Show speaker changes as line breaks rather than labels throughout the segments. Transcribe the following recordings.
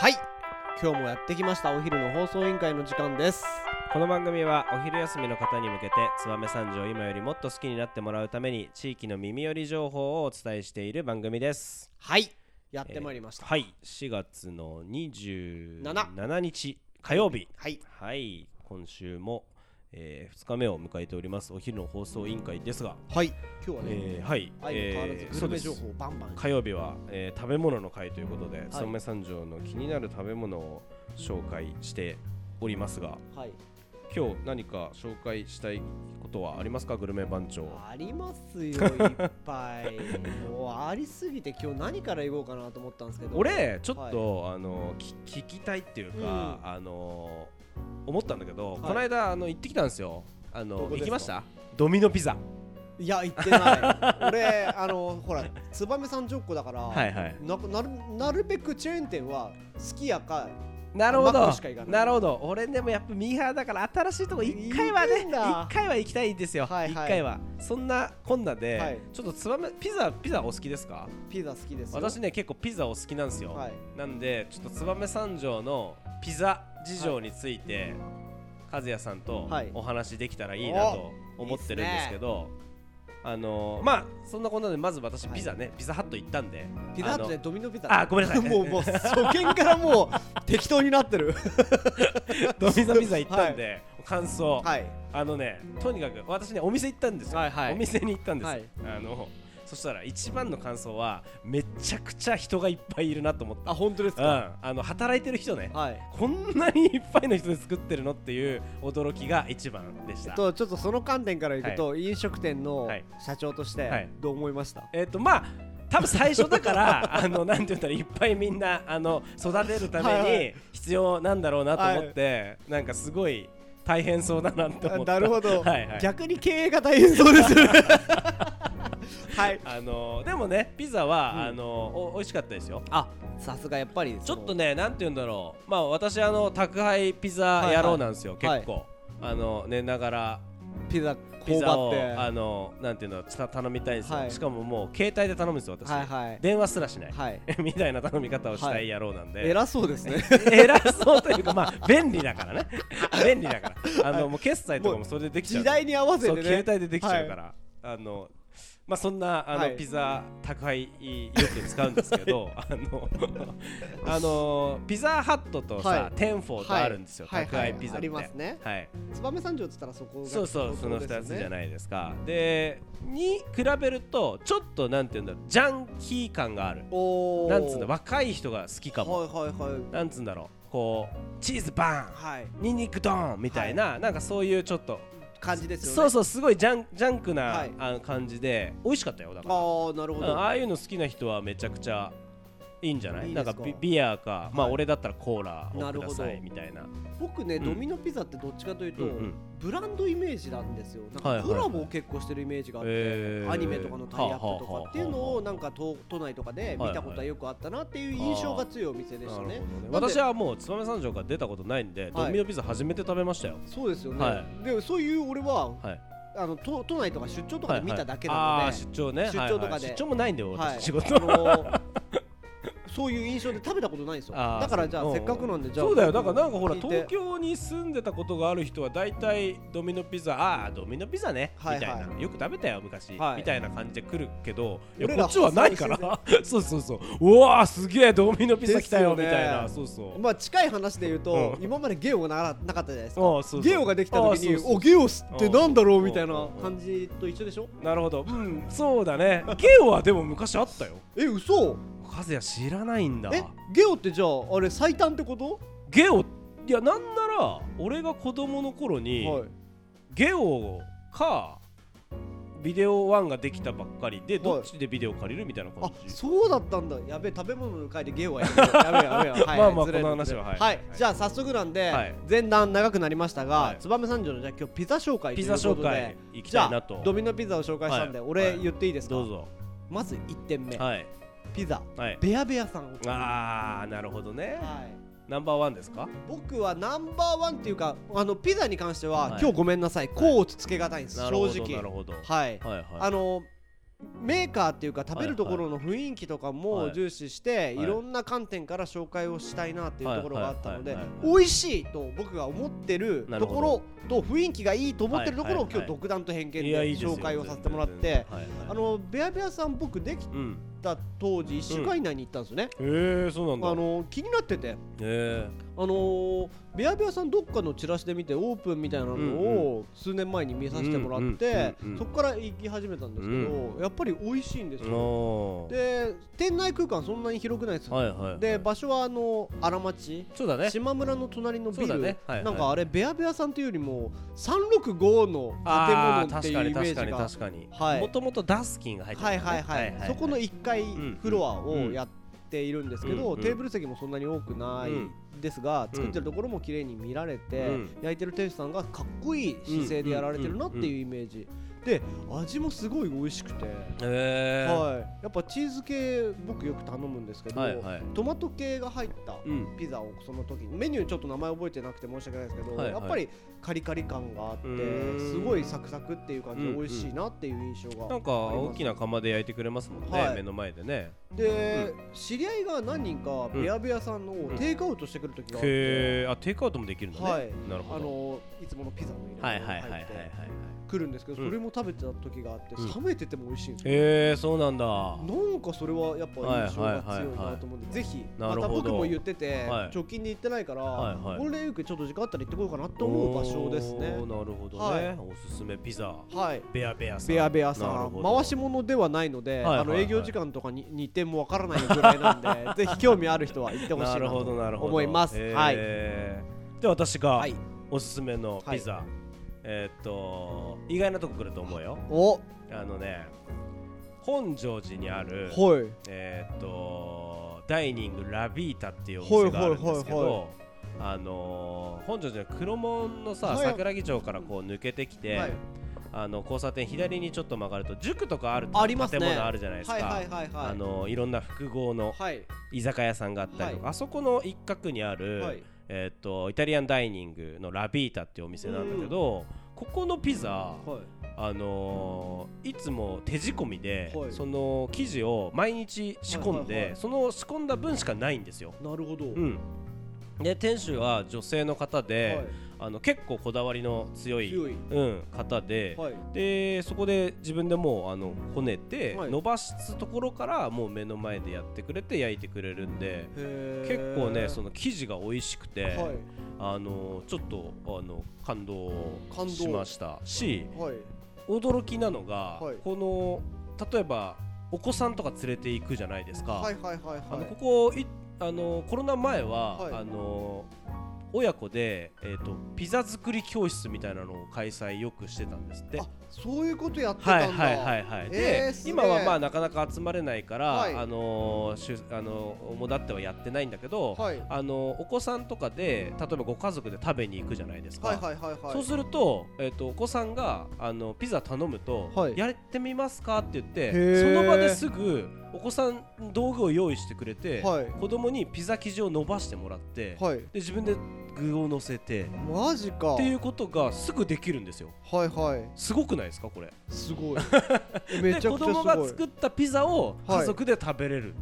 はい今日もやってきましたお昼の放送委員会の時間です
この番組はお昼休みの方に向けて燕三条を今よりもっと好きになってもらうために地域の耳寄り情報をお伝えしている番組です
はいやってまいりました、
はい4月の27日火曜日
はい
はい今週も、え2日目を迎えておりますお昼の放送委員会ですが、
はい今日はね、
えーはい、
相変わらず
えー
グ
そ
ル
うで
メ
す
情報バンバン、
火曜日は、えー食べ物の会ということで燕、三条の気になる食べ物を紹介しておりますが
はい、
今日何か紹介したいことはありますかグルメ番長
あり ますよいっぱいもうありすぎて今日何から言おうかなと思ったんですけど
俺ちょっと、あのき聞きたいっていうか、あの思ったんだけど、この間あの行ってきたんですよあ
ど
の
こです
行
か
きましたドミノピザ
いや言ってない 俺あのほら燕三条っ子だから、
はいはい
ななるなるべくチェーン店はすき家か
なるほ
マッ
ど
クしか行かない
なるほど俺でもやっぱミーハーだから新しいとこ1回はね
行くんだ
1回は行きたいんですよ、
は
一
いはい
1回はそんなこんなで、
はい
ちょっとつばめピザピザお好きですか
ピザ好きですよ
私ね結構ピザお好きなんですよ、
はい
なんでちょっと燕三条のピザ事情について、和也さんと
はい
お話できたらいいなと思ってるんですけど、あのー、まあそんなこんなでまず私
はい
ピザね、ピザハット行ったんで
ピザハット
あ
で
の
ドミノピザ
あごめんなさい
もうもう初見からもう適当になってる
ドミ ノピザ行ったんで、感想、
はい
あのねとにかく私ねお店行ったんですよ、
はいはい
お店に行ったんですよ、
はい
あのそしたら一番の感想はめちゃくちゃ人がいっぱいいるなと思った
あ本当です
うん、
か
あの働いてる人ね、
はい
こんなにいっぱいの人で作ってるのっていう驚きが一番でし
え
た
っ。とちょっとその観点からいくと、飲食店の
はい
社長とし
は
て
い
どう思いました、
えっとまあ多分最初だから あのなんて言ったらいっぱいみんなあの育てるた
はいは
め
い
に必要なんだろうなと思って、なんかすごい大変そうだなと
あ
思った。
なるほど、
はいはい。
逆に経営が大変そうですよ ねはい
あのでもねピザは、
うん
あのお美味しかったですよ。
あさすがやっぱり
ちょっとねなんて言うんだろうまあ私あの宅配ピザ野郎なんですよ、
はいはい
結構、あの寝ながら
ピザ
ピ
頬
ザ
張っ
を
て
あのなんていうのた頼みたいんですよ、
はい
しかももう携帯で頼むんですよ私、
はいはい
電話すらしない、
はい
みたいな頼み方をしたい野郎なんで、
偉そうですね
偉そうというかまあ便利だからね便利だからあの、もう決済とかもそれでできちゃ
時
う
代に合わせて
そう
ね
携帯でできちゃうから、あのまあそんなあの、
はい
ピザ宅配よく使うんですけ どあのあのピザハットとさ、
はい
テンフォーとあるんですよ、
はい
宅配ピザって、
はいはいありますね
はい
燕三条っつったらそこが
そうそうその
二
2つじゃ
い
ないですかでに比べるとちょっとなんていうんだろうジャンキー感がある
おー
なんつうんだ若い人が好きかも、
はいはいはい
なんつうんだろうこうチーズバーン
はい
ニンニクドーンみたいな、なんかそういうちょっと、
感じですよね
そうそうすごいジャンジャンクな、
はい
あの感じで美味しかったよだから
ああなるほ
うん
ど、
ああいうの好きな人はめちゃくちゃいいんじゃない
いいで
な
す
ん
か
かビビアか、まあ俺だったらコーラ
な
を
る
く
ほ
だ
ど
さいみたいな
僕ね、
うん
ドミノピザってどっちかというと、
うんうん
ブランドイメージなんですよ
は
な
いは
ん
い
かコラボを結構してるイメージがあって、
えー
アニメとかのタイアップと
はあはあはあは
か
あ
っていうのをなんか都都内とかで見たことはよくあったなっていう印象が強いお店でしたね。なんで
私はもう燕三条から出たことないんで、ドミノピザ初めて食べましたよ
そうですよね、
は
でそういう俺は、
はい
あの都都内とか出張と
は
か
い
で見ただけな
はい
の
あ
で、
ー出張ね
出張とかで
はいはい出張もないんだよ
はい
私仕事
あのーそういう印象で食べたことないんですよ
あー
だからじゃ
う
あ
ん
せっかくなんでじゃあ
そうだよだからなんかほら
聞いて
東京に住んでたことがある人は大体ドミノピザああドミノピザね、
はいはい
みたいなよく食べたよ昔、
はい
みたいな感じで来るけどいや
俺
こ
ら
っちはないから そうそうそううわーすげえドミノピザ来たよ
ですよね
みたいなそうそう
まあ近い話で言うと、
うん
今までゲオがななかったじゃないですか
ああそうそう
ゲオができた時に
ああそうそう
おゲオスってなんだろう
うん
みたいな
うん
感じと一緒でしょ
なるほどうんそうだねゲオはでも昔あったよ
え嘘
和也知らないんだ
えゲオってじゃああれ最短ってこと
ゲオいやなんなら俺が子供の頃に、
はい
ゲオかビデオ1ができたばっかりで
い
どっちでビデオ借りるみたいな感
あ
じ、
そうだったんだやべえ食べ物の回でゲオはや めようやべえやべえやべえはい
まあまあ
ずれる
この話ははい
はい
はい
じゃあ早速なんで、
はい
前段長くなりました
は
が
い
燕三条のじゃあ今日ピザ紹介と
ピ
いう
ザ
ことで
紹介行き
じゃ
たいな
あ
と
ドミノピザを紹介したんで、
はい
俺
はい
言っていいですか、
どうぞ
まず1点目、
はい
ピザ
はい
ベアベアさんを
あーなるほどね
はい
ナンバーワンですか
僕はナンバーワンっていうかあのピザに関しては、
はい
今日ごめんなさいこうつけがたいんです、
なるほ
正
ど
直
なるほどはい
はい、
はい
あのメーカーっていうか食べるとこ
は
ろの雰囲気とか
は
も
い
重視して
はい
いろんな観点から紹介をしたいなっていうところがあったので
はいはいはいはい
美味しいと僕が思ってる
な
と
るほ
こ
ど
ろと雰囲気がいいと思ってるところ
は
を
いは
今
いはい
日独断と偏見で
いやいいですよ
紹介をさせてもらっ
全然
て
全然はいはい
あのベアベアさん僕でき
うん
た当時1週間以内に行ったんですよね。
へえそうなんだ
あの気になってて
へ
あのー、ベアベアさんどっかのチラシで見てオープンみたいなの
うん
を数年前に見させてもらって
うんうんうんうん
そこから行き始めたんですけど、やっぱり美味しいんです
え
よ
おー
で店内空間そんなに広くないですよ、
はいはいはい
で場所はあの荒町
そうだね
島村の隣のビ
そうだ
ル、
ねはいはい
なんかあれベアベアさんというよりも365の
あ
建
ー
物って
確
い
か
う
に
イメージ
確かに
が
確かに
はい
もともとダスキンが入ってた
は
ん
い
だね
はいはい、そこの1階
ん
フロア
う
を
ん
やっているんですけど、
うん
テーブル席もそんなに多くな
う
いですが、
ん
作ってるところも綺麗に見られて、
うん
焼いてる店主さんがかっこいい姿勢でやられてるなっていうイメージ、で味もすごい美味しくて、
へえ
はい、やっぱチーズ系僕よく頼むんですけど、
はいはい
トマト系が入った。
うん
ピザをその時にメニューちょっと名前覚えてなくて申し訳ないですけど、
はいはい
やっぱりカリカリ感があっ
う
て
ーん
すごいサクサクっていう感じで美味しいなっていう印象が
なんか大きな釜で焼いてくれますもん
は
ね
い
目の前でね
で、知り合いが何人か
うん
ベアベアさんのを
ん
テイクアウトしてくる時があって、
へえあテイクアウトもできるんだね
はい
なるほ
あ
ど
のいつものピザの入れ
はい
物
はいはい
が
はいは
入
い
ってくるんですけど、
うん
それも食べてた時があって、
うん
冷めてても美味しいんですよ、
へえそうなんだは
なんかそれはやっぱ印象が強いなと思うんで、ぜひ
な
ま
るほ
た
ど
僕も言ってて、
はい
直近で行ってないから、
はいはい
ゴールデンウィークちょっと時間あったら行ってこようかなと思う場所ですね
おーなるほど
は
ね
い
おすすめピザ
はい
ベアベアさん
ベアベア
な
さ
る
ん
ほど
回し物ではないので、
はいはいはい
あの営業時間とかに日程もわからないぐらいなん でぜひ興味ある人は行ってほしい
な
な
る
と
ほどなるほど
思いますはい
へーで私が
はい
おすすめのピザえーっと意外なとこ来ると思うよ
お
あのね本庄寺にある
はい
えーっとダイニングラビータっていうお店があるんですけ
はいはいはいは
どあのー本庄寺の黒門のさ
はい
桜木町からこう抜けてきて、
はい
あの交差点左にちょっと曲がると塾とかある
ありますね
建物あるじゃないですか、
はいはいはいはい
あのいろんな複合の
はい
居酒屋さんがあったりとか、
は
あそこの一角にある、
はい
えーっとイタリアンダイニングのラビータっていうお店なんだけど、ここのピザ
はい
あのーいつも手仕込みで、
はい
その生地を毎日仕込んで、
はいはいはい
その仕込んだ分しかないんですよ。
なるほど、
うん、で店主は女性の方で、あの結構こだわりの強い
強い
うん、方で。
はいはい
でそこで自分でもうあのこねて、
はい
伸ばすところからもう目の前でやってくれて焼いてくれるんで結
結
構ねそ
の
の生地が美味しくて、
はい
あのちょっとあの感動
感動
しましたし、
はい
驚きなのが、
はい
この例えばお子さんとか連れていくじゃないですか、
はいはいはい
あの
は
こ
い
こいあのコロナ前は、
はい
あの親子で、えー、とピザ作り教室みたいなのを開催よくしてたんですって。
あそういうことやって
は
た
い
んだ
はいはいはい、
え
で
ーすげえ
今はまあなかなか集まれないから、
はい
あのしゅあの主だってはやってないんだけど、
はい
あのお子さんとかで例えばご家族で食べに行くじゃないですか、
はいはいはいはい
そうすると,、えっとお子さんがあのピザ頼むと、
はい
やってみますかって言って
へー
その場ですぐお子さん道具を用意してくれて、
はい
子供にピザ生地を伸ばしてもらって、
はい
で自分で具を乗せて
マジか
っていうことがすぐできるんですよ
はいはい
すごくないですかこれ
す ごいめち
で
ゃ
子
くちゃす
供
ごい
が作ったピザを
はい
家族で食べれる、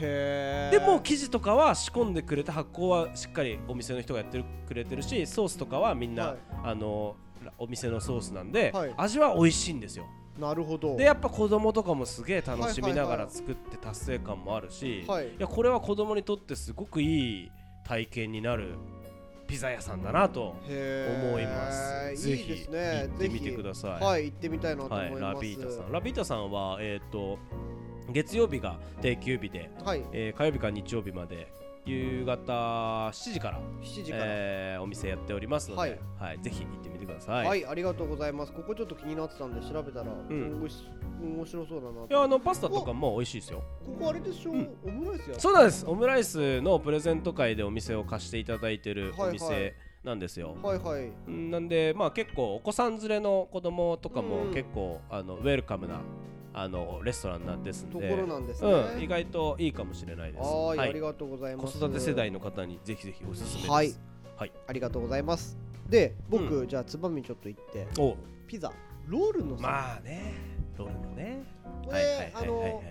へ
で
ー
もう生地とかは仕込んでくれて発酵はしっかりお店の人がやってるくれてるしソースとかはみんな、
はい
あのお店のソースなんで、
はい
味は美味しいんですよ
なるほど
でやっぱ子供とかもすげえ楽しみなが
はいはい
ら
はい
作って達成感もあるし、
はい
いやこれは子供にとってすごくいい体験になるピザ屋さんだなと
へー
思います、ぜ
いいで
ひ
すね
行ってみてくだ
い
さい、
はい行ってみたいなと思
はいい、
ます
ラビータさんラビータさんはえっ、と月曜日が定休日で、
はい
えー火曜日から日曜日まで夕方7時から
7時から
えーお店やっておりますので、は
はいい
ぜひ行ってみてください、、
はいい、ありがとうございます。ここちょっと気になってたんで調べたら、
ん
おいし面白そうだなと。
やあのパスタとかも美味しいですよ
ここあれでしょ、オムライスやって
そうなんですオムライスのプレゼント会でお店を貸していただいてるお
はいは
店
い
なんですよ、
はいはい。
うんなんでまあ結構お子さん連れの子供とかも
うん
結構、あのウェルカムなあのレストランなんですん
と
で
ころなんですね。
うん、意外といいかもしれないです
はーい、
は
あり
い、
がとうござい
子
ます。
育て世代の方にぜひぜひおすすめです
はい
はい
ありがとうございます。で、僕、じゃあつばみちょっと行って、
お
ピザ、ロールのさ、
まあねロールのね
こ
はいはい
れ
は
あ
いはい
の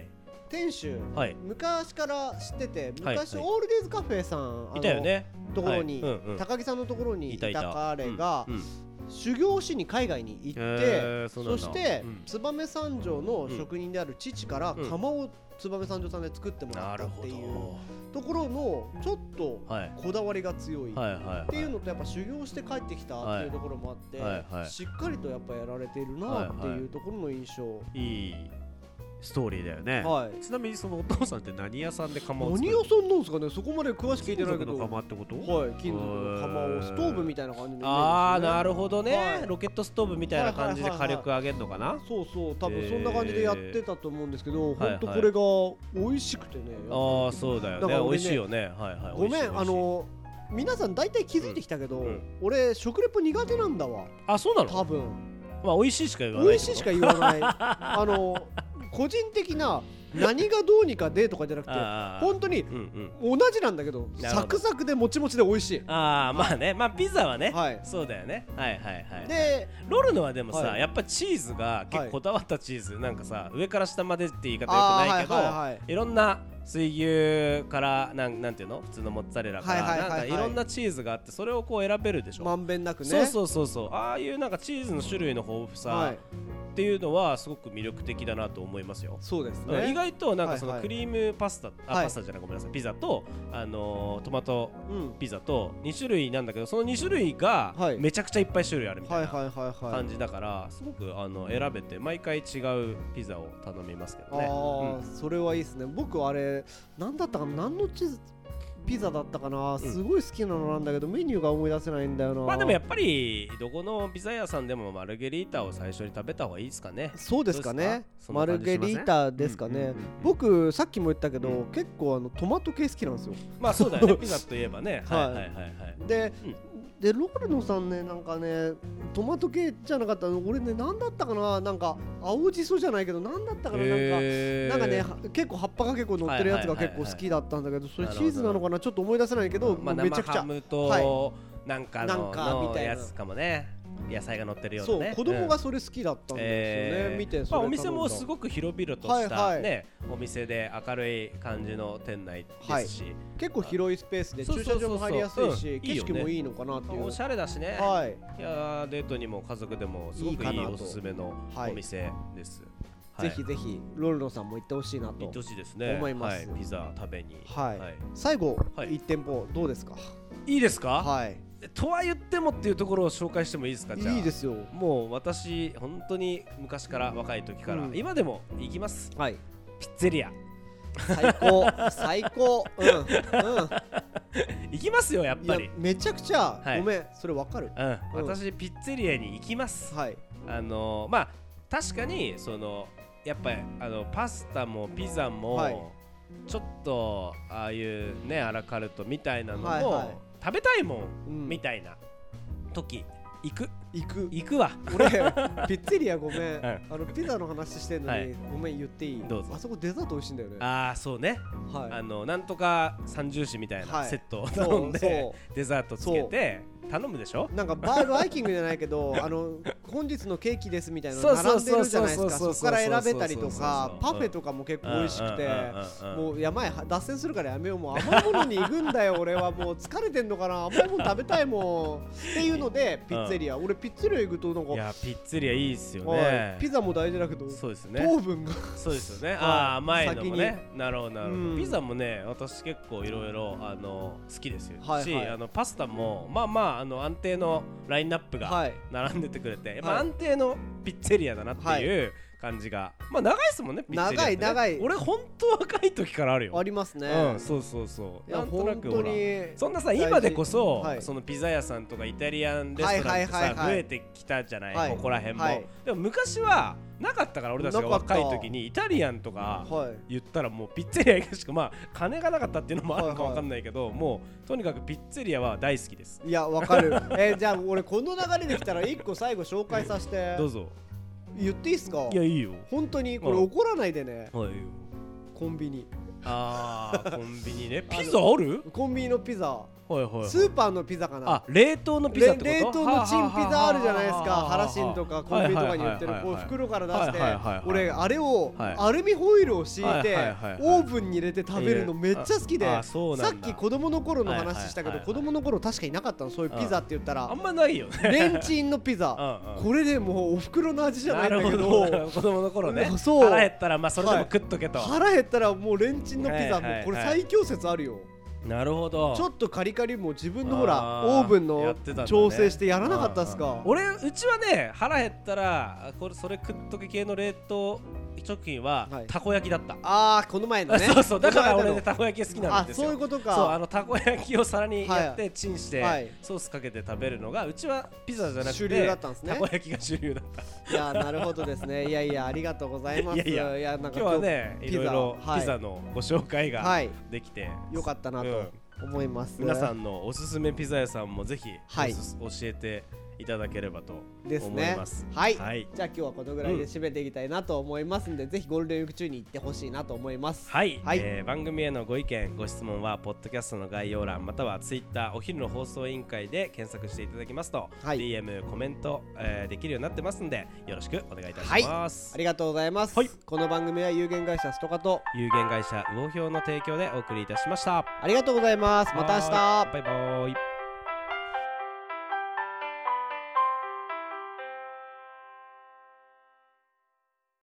店主
はいはい
昔から知ってて
はい
昔
はい
オールデイズカフェさんあ
いたよ
の
ね
ところに
はいうんうん
高木さんのところにいた彼が
うんうん
修行しに海外に行って
へーそうなん
そ
だ
して
うん
燕三条の職人である父から
うん
釜を燕三条さんで作ってもら
な
った
る
っ
ほ
て
ど
いうところのちょっと
はい
こだわりが強い
はいはい
っ
はい
ていうのとやっぱ修行して帰ってきたっていうところもあって、
はいはいはい
しっかりとやっぱやられてるなっていうところの印象
いいストーリーだよね、
はい、
ちなみにそのお父さんって何屋さんで釜を作
何
る
屋さんなんですかねそこまで詳しく聞いてないけ
金属
ど
の釜ってこと
はい金属の釜をストーブみたいな感じのイメージですね
ああなるほどね、
はい
ロケットストーブみたいな感じで火力上げるのかな、
そうそう多分そんな感じでやってたと思うんですけど、
ーはいは
ほ
い
んとこれが美味しくてね、
ああそうだよ
だ
ね
から俺ね
美味しいよねはいはい
ごめ
美味し
んあ
い美味しい
の皆さん大体気づいてきたけど、
うんうん
俺食レポ苦手なんだわ
あそうなの
多分
まあ美味しいしか言わない
美味しいしか
言
言わ ないあの個人的な何がどうにかでとかじゃなくて
あー
本当に
うんうん
同じなんだけど
なるほど
サクサクでもちもちで美味し
ああまあねまあピザはね、
いはい
そうだよねはいはいはい
で
ロルのはでもさ、
はい
やっぱチーズが結
は
構
い
こだわったチーズ、なんかさ上から下までって言い方
あ
よ
ー
くないけど、
はい
い
はいはい
ろんな水牛からなんなんていうの普通のモッツァレラから、
はいはいはいはい
なんかいろんなチーズがあってそれをこう選べるでしょ、
まんべんなくね
そうそうそうそうああいうなんかチーズの種類の豊富さ、
はい
っていうのはすごく魅力的だなと思いますよ。
そうです
だから
ね
意外となんか
はい
その
はい
クリームパスタ、あ
はい
パスタじゃないごめんなさいピザとあのートマト
うん
ピザと2種類なんだけどその2種類が
はい
めちゃくちゃいっぱい種類あるみた
はいい
な
はいはいはい
感じだからすごくあの選べて毎回違うピザを頼みますけどね。
ああ、それはいいですね僕あれ何だったかな何のチーズピザだったかな、すごい好きなのなんだけどメニューが思い出せないんだよな
まあでもやっぱりどこのピザ屋さんでもマルゲリータを最初に食べた方がいいですかね。
そうですか
どうで
ね
すかそん
マ
な
ル
感じ
ゲ
しません
リータですかね、
うんうんうんうん
僕さっきも言ったけど、結構あのトマト系好きなんですよ
まあそうだよねピザといえばね。はい
は
はいいはいはい。
で、でロールノさんねなんかねトマト系じゃなかった俺ね何だったかななんか青じそじゃないけど何だったかななんか
へー
なんかねは結構葉っぱが結構乗ってるやつが結構好きだったんだけどそれチーズなのかなちょっと思い出せないけど
まあ、
もうめち
生
ゃくち
ハ
ゃ
ム
はい
となんか
な
の
んかみ
の
たいな
やつかもね野菜が乗ってるよう
そ
な
う
ね
子供が
好
それ好きだったんですよ
き
ね、見てそれ
まあ、お店もす
く
ごく広々と
はい
した、
はい
ねお店で明るい感じの店内ですし、
結構広いスペースで
そう
駐
そうそ
車場
うそう
も入りやすいし、
うん
景色もいいのかなっていう
おしゃれだしね、
はい
い、やーデートにも家族でもすご
いい
く
か
いい
なと
おすすめの
はい
お店です、はい
ぜひぜひロルノさんも行ってほしいな
行
と
ってほしいですね
思います
はい、ピザ食べに
はい、最後、
はい
1店舗どうですか
い、いいですか、
はい
とは言ってもっていうところを紹介してもいいですかじゃあ
いいですよ
もう私本当に昔から若い時から、
うん
今でも行きます
はい
ピッツェリア
最高最高うんうん
行きますよやっ
い
ぱ
や
り
めちゃくちゃ、
はい
ごめんそれわかる
うん、
うん
私ピッツェリアに行きます
はい
あのーまあ確かにそのやっぱりあのパスタもピザも、
はい
ちょっとああいうねアラカルトみたいなのも、
はいはい
食べたいもん、
うん
みたいな時行く
行く
行くわ
俺ピッツェリアごめん、
はい
あのピザの話してんのに、
はい
ごめん言っていい
どうぞ
あそこデザート美味しいんだよね
ああそうね
はい
あのなんとか三重視みたいな
はい
セットを
そう
頼んで、
そ
デザートつけて頼むでしょ
なんかバーバイキングじゃないけ どあの本日のケーキですみたいな
そ
の
うそ
並
うん
でる
そう
じゃ
そ
な
う
いです
そう
かそこから選べたりと
そうそうそう
か
そう
パフェとかも結構美味しくて
うんうんうんうん
もうやばい脱線するからやめようもう甘いものに行くんだ よ俺はもう疲れてんのかな甘いもの食べたいもんっていうのでピッツェリア俺ピッツェリア行くとなん
い
か
やピッツェリアいいっすよ
は
ね
いピザも大事だけど
そうですね
糖分が
そうですよねああ甘いのも
先
ねなるほどなるほ
うん
どピザもね私結構いろいろあの好きですよ
はい
し
はい
あのパスタもまあまああの安定のラインナップ
は
が
い
並んでてくれて
は
まあ
い
安定のピッツェリアだなっていう感じがまあ長いですもんねピッツェリアってね
長い長い
俺ほんと若い時からある
あ
よ
りますね
うんそうそうそう
い
い
や
なんとな
本
く
当
ほら
に
そんなさ今でこそ、
はい
そのピザ屋さんとかイタリアンレストランってさ、
はいはいはいはい
増えてきたじゃない、
はい
ここら辺も、
はい
でも昔はなかったから俺たちが
なかった
若い時にイタリアンとか
はい
言ったらもうピッツェリア行くしかまあ金がなかったっていうのもある
はい
か
はい
わかんないけど、もうとにかくピッツェリアは大好きです
いやわかるえーじゃあ俺この流れできたら一個最後紹介させて
どうぞ
言っていいっすか
いやいいよ
本当にこれ
うん
怒らないでね
はいよ
コンビニ
あーコンビニねピザある
コンビニのピザ
ほいほいほい
スーパーのピザかな
あ冷凍のピザってこと
れ冷凍のチンピザあるじゃないですかハラシンとかコンビニとかに売ってる
はいはい
こう
はいはい
袋から出して
はいはいはいはい
俺あれを
はい
アルミホイルを敷い
はい
て
はいはいはい
オーブンに入れて食べるのめっちゃ好きで
えーあ
さ
あそうなんだ
っき子供の頃の話したけ
はい
ど
はいはいはい
子供の頃確かになかったのそういうピザって言った
あ
ら
んまない よね
レンチンのピザ
うんうん
これでもうお袋の味じゃないんだけ
なる
ど
ほ子供の頃ね
そう
腹減ったらまあそれでも
はい
食っとけと、
腹減ったらもうレンチンのピザ
はいはいはい
もうこれ最強説あるよ
なるほど
ちょっとカリカリも自分のほら
あー
オーブン
や
の
ってたんだね
調整してやらなかったっす
うんうん
か
うん俺うちはね腹減ったらあこれそれ食っとけ系の冷凍食品は、
はい
たこ焼きだった、
ああこの前のね
そうそうだから俺
この間の
ねたこ焼き好きなん
あ
ですよ
そういうこと
そうあ
か
のたこ焼きを皿にやってチンして、
はい
ソースかけて食べるのがうちはピザじゃなくて
主流だったんですね
たこ焼きが主流だった
いやなるほどですねいやいやありがとうございます
いやいや
なんか
今日はね
ピ
い
ザ
ろいろ
はい
ピザのご紹介が
はい
できて、
よかったなと思います、
皆さんのおすすめピザ屋さんもぜひ、
はい
おすす教えていただければと思
です
い
ね
ます。
はい、
はい
じゃあ今日はこのぐらいで締めていきたいなと思いますんで、ぜひゴールデンウィーク中に行ってほしいなと思います
はい、
はい
えー番組へのご意見ご質問はポッドキャストの概要欄またはツイッターお昼の放送委員会で検索していただきますと、
はい
DM コメント、えーできるようになってますんでよろしくお願いいた
はい
します、
ありがとうございます、
はい
この番組は有限会社ストカと
有限会社魚表の提供でお送りいたしました
ありがとうございますまた明日
バイバイ